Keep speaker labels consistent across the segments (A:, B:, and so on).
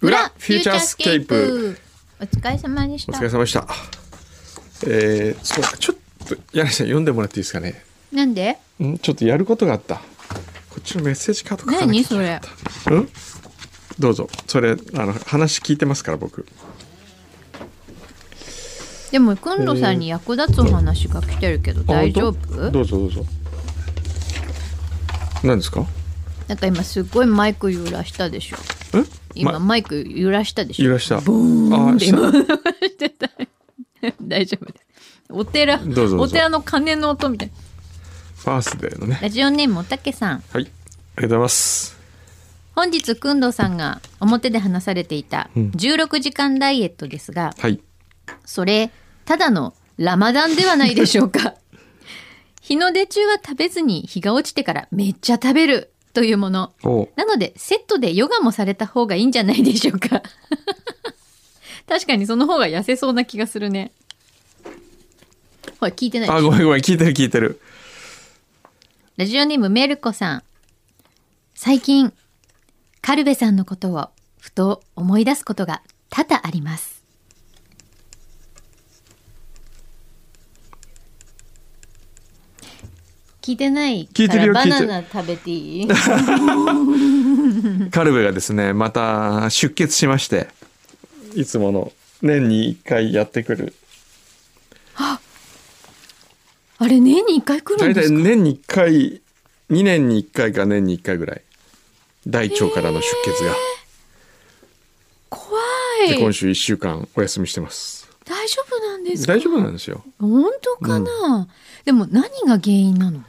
A: フューチャースケープ。
B: お疲れ様でし
A: お
B: た
A: 疲れ様でした。えー、そうか、ちょっと、柳井さん読んでもらっていいですかね。
B: なんで
A: んちょっとやることがあった。こっちのメッセージカード書かなきゃいけなかったうんどうぞ。それ、あの、話聞いてますから、僕。
B: でもくんどさんに役立つお話が来てるけど大丈
A: あど
B: 夫
A: どうぞどうぞ。何ですか
B: なんか今すっごいマイク揺らしたでしょ
A: え
B: 今、
A: ま
B: マイク揺らしたでし
A: 揺
B: ょ
A: らした。あーした
B: してた 大丈夫ですお寺
A: どうぞどうぞ
B: お寺の鐘の音みたいな
A: バースデーのね。
B: ラジオネームおたけさん
A: はい。ありがとうございます。
B: 本日くんどさんが表で話されていた
A: うん
B: 16時間ダイエットですが、
A: はい。
B: それただのラマダンではないでしょうか日の出中は食べずに日が落ちてからめっちゃ食べるというもの
A: おう
B: なのでセットでヨガもされた方がいいんじゃないでしょうか確かにその方が痩せそうな気がするねほら聞いてない
A: あ、ごめんごめん。聞いてる聞いてる。
B: ラジオネームメルコさん。最近、カルベさんのことをふと思い出すことが多々あります。聞いてない
A: 聞い
B: か
A: てる
B: ら
A: よ
B: バ
A: 聞いて
B: ナ
A: る
B: ナ食べていい
A: カルベがですねまた出血しましていつもの年に1回やってくる
B: あれ年に一回来る
A: 大
B: んで
A: 体
B: すか
A: 年に1回2年に1回か年に1回ぐらい大腸からの出血が、
B: 怖
A: で今
B: い
A: 週1週間お休みしてます
B: 大丈夫なんですか
A: 大丈夫なんですよ
B: 本当かな、でも何が原因なの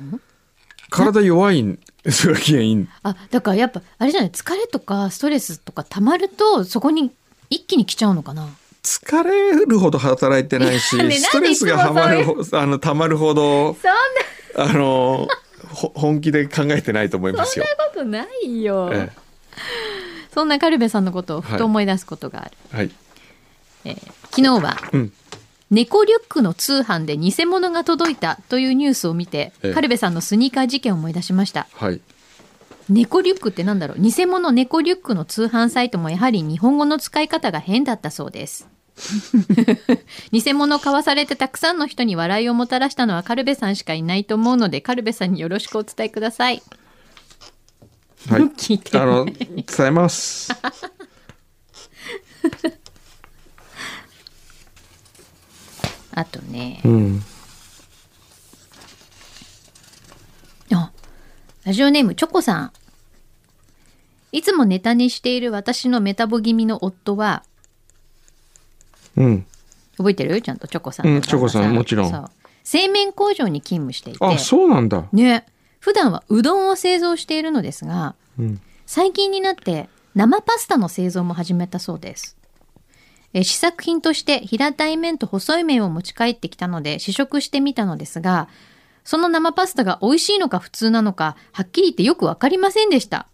A: 体弱いんそれが原因
B: あだからやっぱあれじゃない疲れとかストレスとか溜まるとそこに一気に来ちゃうのかな
A: 疲れるほど働いてないし
B: いやね
A: ストレスがはまるほあのたまるほど
B: そんな
A: あのほ 本気で考えてないと思いますよ
B: ことないよ
A: え
B: そんなカルベさんのことをふと思い出すことがある、
A: えはい
B: 昨日は
A: うん
B: 猫リュックの通販で偽物が届いたというニュースを見て、
A: ええ
B: カルベさんのスニーカー事件を思い出しました
A: はい
B: 猫リュックってなんだろう偽物猫リュックの通販サイトもやはり日本語の使い方が変だったそうです 偽物を買わされてたくさんの人に笑いをもたらしたのはカルベさんしかいないと思うのでカルベさんによろしくお伝えください、
A: はい
B: 聞いて
A: あ
B: ない
A: の、伝え ます。
B: あとね
A: うん。
B: あラジオネームチョコさんいつもネタにしている私のメタボ気味の夫は
A: うん。
B: 覚えてるちゃんとチョコさんの
A: うんチョコさんもちろん
B: そう製麺工場に勤務していて
A: あ、そうなんだ。
B: ね普段はうどんを製造しているのですが
A: うん。
B: 最近になって生パスタの製造も始めたそうですえー試作品として平たい麺と細い麺を持ち帰ってきたので試食してみたのですがその生パスタが美味しいのか普通なのかはっきり言ってよくわかりませんでした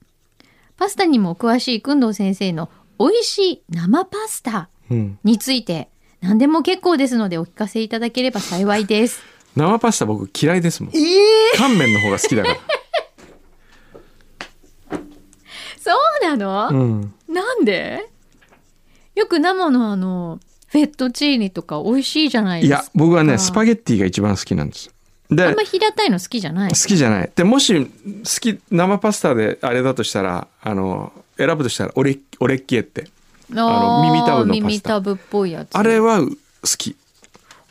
B: パスタにもお詳しい工藤先生の美味しい生パスタ
A: うん。
B: について何でも結構ですのでお聞かせいただければ幸いです
A: 生パスタ僕嫌いですもん。乾麺の方が好きだか
B: そうなの
A: ら。うん。
B: なんでよく生のあの、フェットチーニとか美味しいじゃない
A: い
B: で
A: や
B: すか。、
A: 僕はね、
B: あ
A: スパゲッティが一番好きなんです。
B: あ
A: で
B: んま、平たいの好きじゃない
A: 好。きじゃない。で、もし、好き、生パスタであれだとしたら、あの、選ぶとしたら、オレッ、オレッキエって。の
B: ー
A: 耳たぶのパスタ
B: 耳たぶっぽいやつ。
A: あれは好き。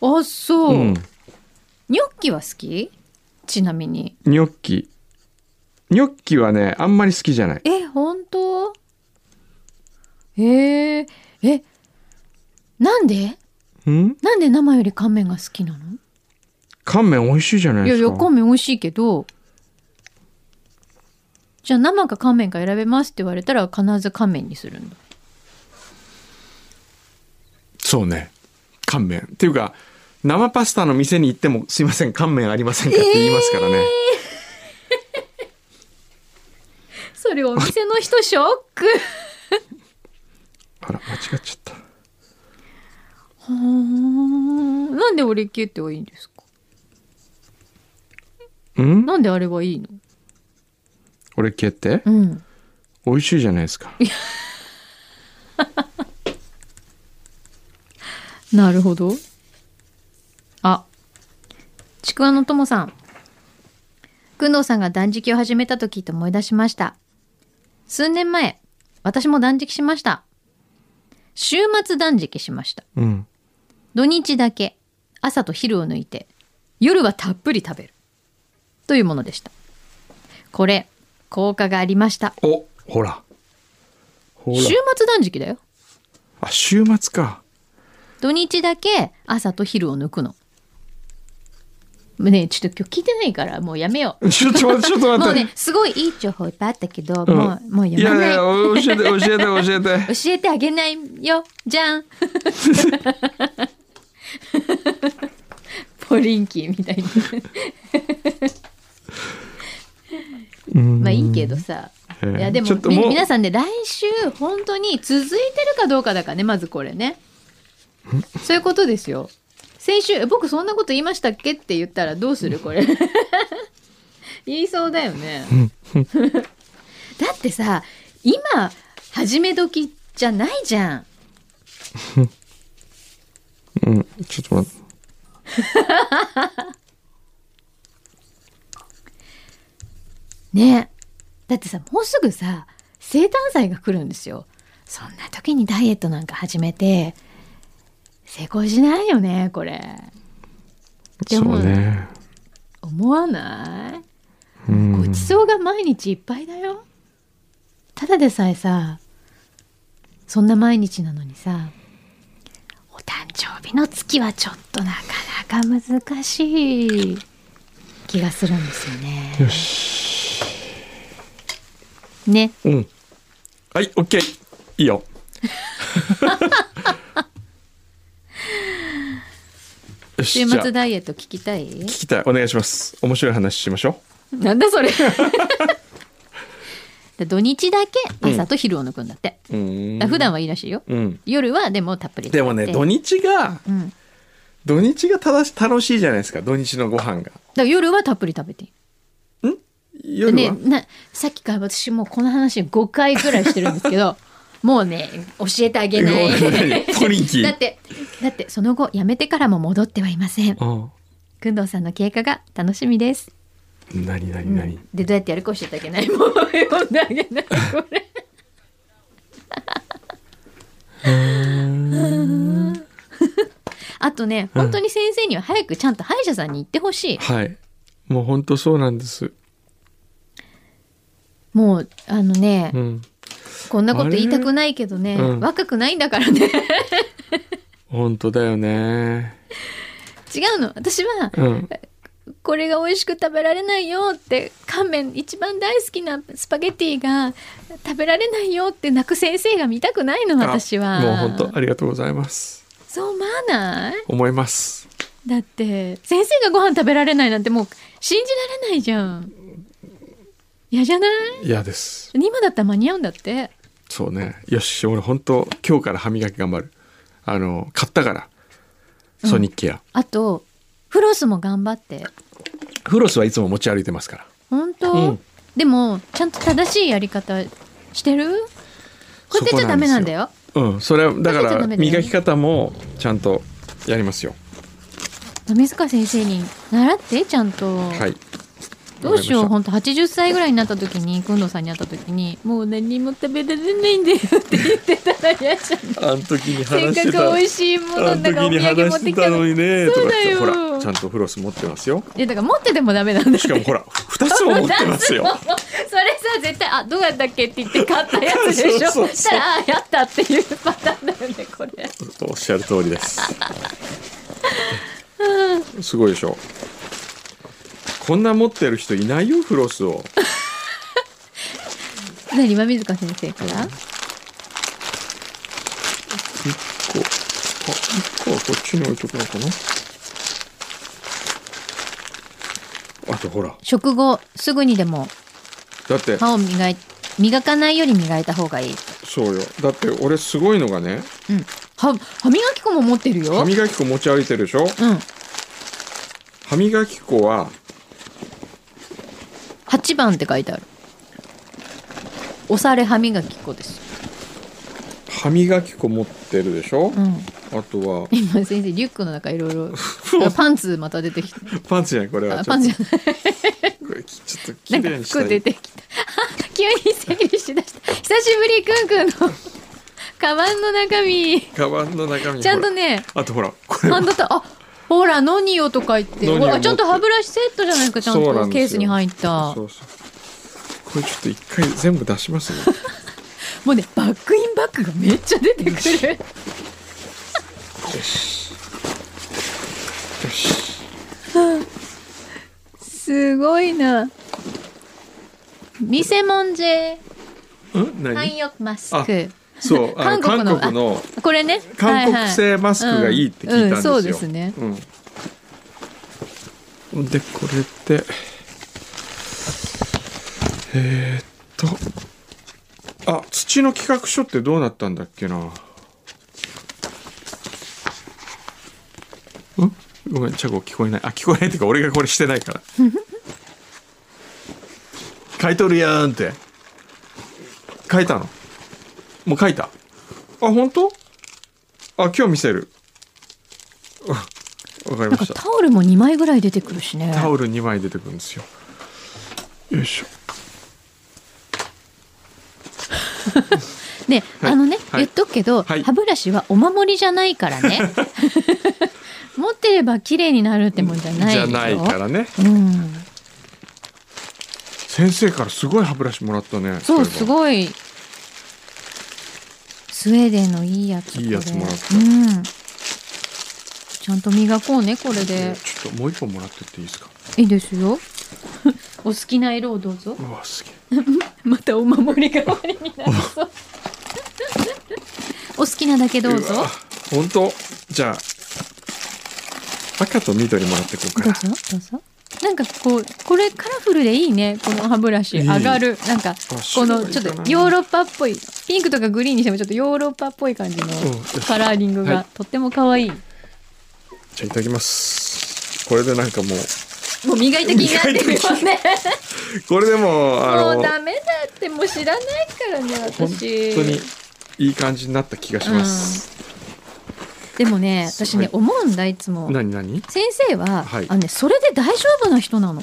B: あ、そうう、
A: ん。
B: ニョッキは好きちなみに。
A: ニョッキ。ニョッキはね、あんまり好きじゃない。
B: え、本当へええ、なんで
A: うん
B: なんで生より乾麺が好きなの
A: 乾麺美味しいじゃない
B: いや
A: で
B: い
A: す
B: や、
A: か。
B: 乾麺美味しいけど、じゃあ生か乾麺か選べますって言われたら必ず乾麺にするんだ。
A: そうね。乾麺。っていうか、生パスタの店に行っても、すいません、乾麺ありませんかって言いますからね。
B: それお店の人ショッ ク
A: あら、間違っちゃった。
B: はーんなんでオレキューってはいいんですか
A: うん
B: なんであれはいいの
A: 俺系って
B: うん
A: 美味しいじゃないですか。
B: なるほど。あ、ちくわのともさん。くんどうさんが断食を始めた時と思い出しました。数年前、私も断食しました。週末断食しました。
A: うん。
B: 土日だけ、朝と昼を抜いて、夜はたっぷり食べる。というものでした。これ、効果がありました。
A: お、ほら。ほら
B: 週。末断食だよ。
A: あ、週末か。
B: 土日だけ朝と昼を抜くの。もうねちょっと今日聞いてないからもうやめよ う。
A: ちょっと待って、ちょっと
B: も
A: 待
B: う
A: って。
B: ねすごいいい情報いっぱいあったけど、
A: ん
B: もうもう
A: い
B: や
A: や
B: ま
A: い
B: ない
A: や、教えて、教えて、教えて。
B: 教えてあげないよじ ゃんポリンキーみたいな
A: うん
B: まあいいけどさい
A: ええ
B: やでも
A: ちょっと
B: み
A: もう
B: 皆さんね来週本当に続いてるかどうかだからねまずこれねそういうことですよ先週え僕そんなこと言いましたっけって言ったらどうするこれ 言いそうだよね だってさ今始め時じゃないじゃん
A: うん、ちょっと待って。
B: ねだってさもうすぐさ生誕祭が来るんですよそんな時にダイエットなんか始めて成功しないよねこれで
A: そ
B: も
A: うね。
B: 思わない
A: うん
B: ごちそうが毎日いっぱいだよただでさえさそんな毎日なのにさお誕生日の月はちょっとなかなか難しい気がするんですよね
A: よし。
B: ね
A: うん。はい、オッケー。いいよ。 よし
B: 週
A: じゃあ
B: 末
A: 聞
B: ダイエット聞きた い
A: きたいお願いします。面白い話しましょ
B: なんだ それ土日だけ朝と昼を抜くんだって、
A: う。うん
B: だから普段はいいらしいよ、
A: うん。
B: 夜はでもたっぷり食べて
A: でもね土日が
B: うん、だか
A: 土日が正し楽しいじゃないですか土日のご飯が。
B: ら夜はたっぷり食べていい
A: 夜
B: ね
A: は、
B: なさっきから私もうこの話5回ぐらいしてるんです けどもうね教えてあげない
A: ごめんな さいポリンキー
B: だってだってその後やめてからも戻ってはいません
A: あ
B: くんどうさんの経過が楽しみです
A: なになになに。
B: でどうやってやるか教えてあげないもう読んであげないこれあとね本当に先生には早くちゃんと歯医者さんに行ってほしい
A: はい。もう本当そうなんです。
B: もうあのね、
A: うん。
B: こんなこと言いたくないけどね、
A: あれうん
B: 若くないんだからね
A: 本当だよね。
B: 違うの私は
A: うん。
B: これが美味しく食べられないよって乾麺一番大好きなスパゲティが食べられないよって泣く先生が見たくないの私は
A: あもう本当ありがとうございます。
B: そう思わない
A: 思います。
B: だって先生がご飯食べられないなんてもう信じられないじゃん嫌じゃない
A: 嫌です。
B: 今だったら間に合うんだって
A: そうねよし俺本当今日から歯磨き頑張るあの買ったからソニッケア、
B: あとフロスも頑張って
A: フロスはいつも持ち歩いてますから
B: 本当、
A: うん
B: でもちゃんと正しいやり方してるこれやってちゃダメなんだよ
A: うんそれはだか
B: 食べち
A: ら
B: ゃダメだよ
A: 磨き方もちゃんとやりますよ
B: 富塚先生に習ってちゃんと、
A: はい
B: どうしよう、
A: わか
B: 本当80歳ぐらいになった時に、くんどうさんに会った時に、もう何も食べられないんだよって言ってたら嫌じゃん。
A: りましたあの時に
B: せ
A: 話し
B: ってか
A: た
B: く美味しいも
A: あ
B: の
A: の
B: だからお
A: 時に
B: 土産持
A: 話し
B: っ
A: てて
B: きた
A: た
B: の
A: の
B: に。
A: にね
B: そ
A: と
B: う
A: か
B: だ
A: 言って
B: よ
A: ほらちゃんとフロス持ってますよ
B: え、だから持っててもダメなんだ。
A: しかもほら2つも持ってますよ
B: それさ、絶対、あ、どうやったっけって言って買ったやつでし ょ。
A: そうそうそう
B: したら、あ、やったっていうパターンだよね、これ。
A: おっしゃる通りです。すごいでしょ。こんな持ってる人いないよフロスを。
B: 何、今水川先生から
A: 一個、あ一個はこっちに置いとくのかな。あとほら、
B: 食後、すぐにでも
A: だって
B: 歯を磨い、磨かないより磨いた方がいい。
A: そうよ。だって俺すごいのがね、
B: うん。歯、歯磨き粉も持ってる
A: 歯
B: よ。
A: 磨き粉持ち歩いてるでしょ。
B: うん。
A: 歯磨き粉は
B: 8番って書いてある。押され歯磨き粉です。
A: 歯磨き粉持ってるでしょ、
B: うん、
A: あとは
B: 今先生リュックの中い ろいろあパンツまた出てきた
A: パンツじゃないこれは
B: あ
A: ちょ
B: パン
A: っ
B: ツ
A: と
B: じゃ
A: これきちょっと
B: な
A: 綺
B: いな
A: 麗
B: ん
A: に
B: か
A: した
B: 服出
A: い
B: てきた 急に整理しだした久しぶりくんくんのカバンの中身
A: カバンの中身
B: ちゃんと
A: ほ
B: ね
A: らあとほらこれ
B: ハンドタオルあほらノニオとか言って
A: ノニオ
B: ほら
A: 持って
B: ちゃんと歯ブラシセットじゃないですかちゃん
A: そうな
B: と
A: んですよ
B: ケースに入った
A: そ
B: も
A: うそうこれちょっと一回全部出しますね
B: うねバックインバックがめっちゃ出てくる
A: よしよし
B: すごいな店もんじェ
A: ん何、
B: 汎用マスク
A: そうあの
B: 韓国の
A: 韓国の
B: これね
A: 韓国製マスクがいいって聞いたんですよ。
B: はいはいうんうんそうですね
A: うんでこれでえー、っとあ土の企画書ってどうなったんだっけな。んごめんチャコ聞こえないあ聞こえないっていうか俺がこれしてないから書いとるやんって書いたのもう書いたあ本当あ今日見せるあわかり
B: な
A: ま
B: んか
A: した
B: タオルも2枚ぐらい出てくるしね
A: タオル2枚出てくるんですよよいしょ
B: ね、
A: はい
B: あのね、
A: はい
B: 言っとくけど、
A: はい
B: 歯ブラシはお守りじゃないから ね持ってれば綺麗になるってもんじゃない
A: じ
B: でし
A: ゃ
B: ょ
A: ないからね
B: うん、
A: 先生からすごい歯ブラシもらったね
B: そうす
A: い
B: ごいスウェーデンのいいやつ
A: いいやつもらった
B: うん、ちゃんと磨こうねこれで
A: ちょっともう一本もらってっていいですか
B: いいですよお好きな色をどうぞ
A: うわすげえ
B: またお守り代わりになるぞ お好きなだけどうぞ
A: わ本当じゃあ赤と緑もらってこう
B: ど
A: か
B: う
A: な
B: ぞどうぞなんかこうこれカラフルでいいねこの歯ブラシ
A: いい
B: 上がるなんかこの
A: 白い
B: ちょ
A: か
B: っ
A: な
B: とヨーロッパっぽいピンクとかグリーンにしてもちょっとヨーロッパっぽい感じの
A: んよし
B: カラーリングが、
A: はい
B: とっても可愛い
A: じゃあいただきますこれでなんかもう
B: もう磨いた気になってるよね
A: これでもうあの
B: もうダメだってもう知らないからね
A: 本
B: 私
A: 当にいい感じになった気がします。
B: でもね私
A: は
B: ね
A: い
B: 思うんだいつも
A: 何何
B: 先生は、
A: はい
B: あのね、それで大丈夫な人なの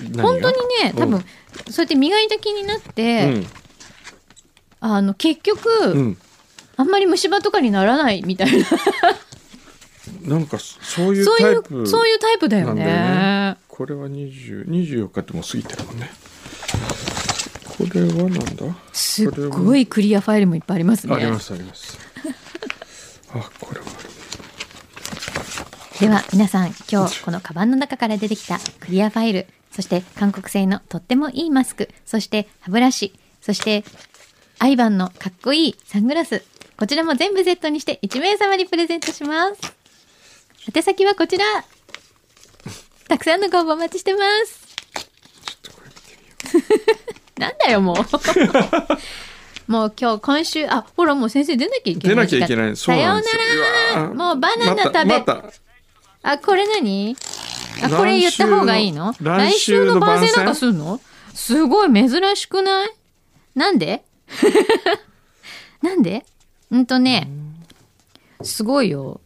A: 何が
B: 本当にね多
A: う
B: 分、
A: ん
B: そうやって磨いた気になって、あの結局、
A: うん、うん、
B: あんまり虫歯とかにならないみたいな
A: なんかそそういう
B: そう
A: タ
B: い
A: イプ
B: う、そういうタイプだよ
A: なんだ
B: ね。
A: よねこれは20 24日ってもう過ぎてるもんね。これはなんだ？
B: すっごいクリアファイルもいっぱいありますね。
A: ありますあり ます。あこれは
B: では、皆さん、今日、このカバンの中から出てきたクリアファイル、そして韓国製のとってもいいマスク、そして歯ブラシ、そして、アイバンのかっこいいサングラス、こちらも全部セットにして1名様にプレゼントします。宛先はこ ちら。たくさんのご応募お待ちしてます。
A: ちょっとこれ見てみよ
B: なんだよ もう。もう今日今週あほらもう先生出なきゃいけ
A: う。
B: な
A: 出
B: い
A: なきゃいけない。そうなんですよ
B: さ
A: う
B: ようなら
A: わー
B: もうバナナ食べ、
A: またまた
B: あこれ何
A: 来週
B: あ
A: の
B: これ言った方がいいの来
A: 来
B: 週
A: 週
B: の
A: の
B: 番
A: 番宣
B: 宣なんかするのすごい珍しくないなんで なんでうんとねすごいよ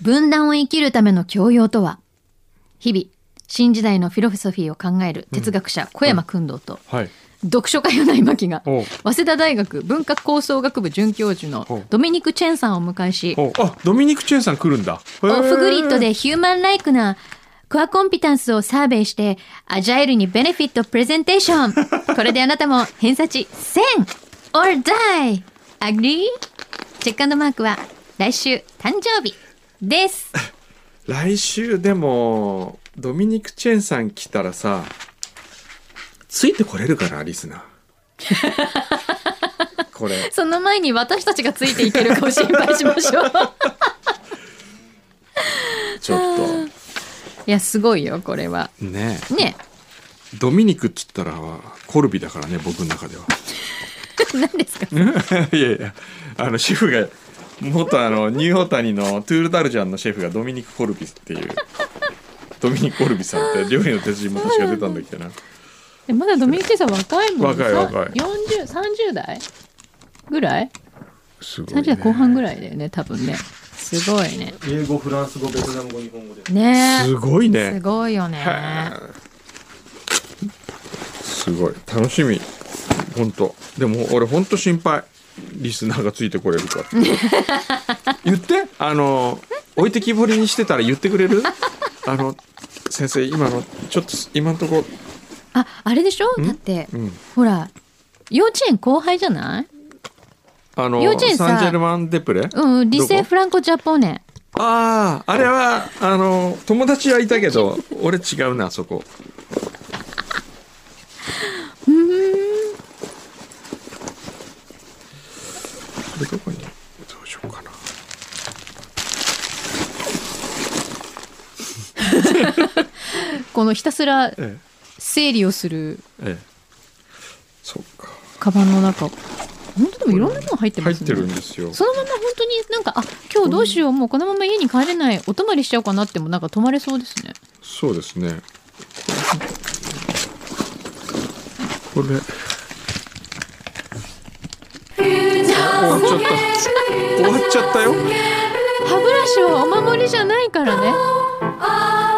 B: 分断を生きるための教養とは日々新時代のフィロソフィーを考える哲学者、小山君堂と、
A: はい。
B: 読書家柳巻が
A: おう
B: 早稲田大学文化構想学部准教授
A: お
B: の
A: う
B: ドミニク・チェンさんをお迎えし
A: おあドミニクチェンさん来るんだ。へー
B: オフグリッド。でヒューマンライクなコアコンピタンスをサーベイしてアジャイルにベネフィットプレゼンテーション これであなたも偏差値1000 or die agree? チェックアンドマークは来週誕生日です
A: 来週でもドミニク・チェンさん来たらさついてこれるかなリス ナーこれ
B: その前に私たちがついていけるかを心配しましょう
A: ちょっ
B: いやすごいよこれは
A: とね
B: ね
A: えドミニクっつったらコルビだからね僕の中では
B: え 何です か
A: いやいやあのシェフが元あのニューオータニのトゥール・ダルジャンのシェフがドミニク・コルビっていうドミニク・コルビさんって料理の鉄人も確か出たんだっけな
B: でまだドミニクチェンさん若いもん
A: 若い若い
B: 4030代ぐらい
A: すごい、
B: 30
A: ね、
B: 代後半ぐらいだよね多分ねすごいね
C: 英語フランス語ベトナム語日本語で
B: ね
A: すごい
B: す
A: ね
B: ごいよね
A: すごい楽しみ本当でも俺本当心配リスナーがついてこれるかって 言ってあの置いてきぼりにしてたら言ってくれるあの先生今のちょっと今のとこ
B: ああれでしょだって、
A: うん
B: ほら幼稚園後輩じゃない
A: あの
B: 幼稚園さ
A: サンジェルマンデプレ
B: うんうんリセ・
A: どこ
B: フランコ・ジャポーネ
A: あああれはあの友達はいたけど俺違うなそここれどこにどうしようかな
B: このひたすら
A: え
B: 整理をする
A: えええそっか
B: カバンの中本当でもいろんなもの入ってま
A: 入っ
B: すね
A: てるんですよ
B: そのまま本当になんかあ今日どうしようもうこのまま家に帰れないお泊まりしちゃおうかなってもなんか泊まれそうですね
A: そうですねこれ終わっちゃった終わっちゃったよ
B: 歯ブラシはお守りじゃないからね
D: 「あ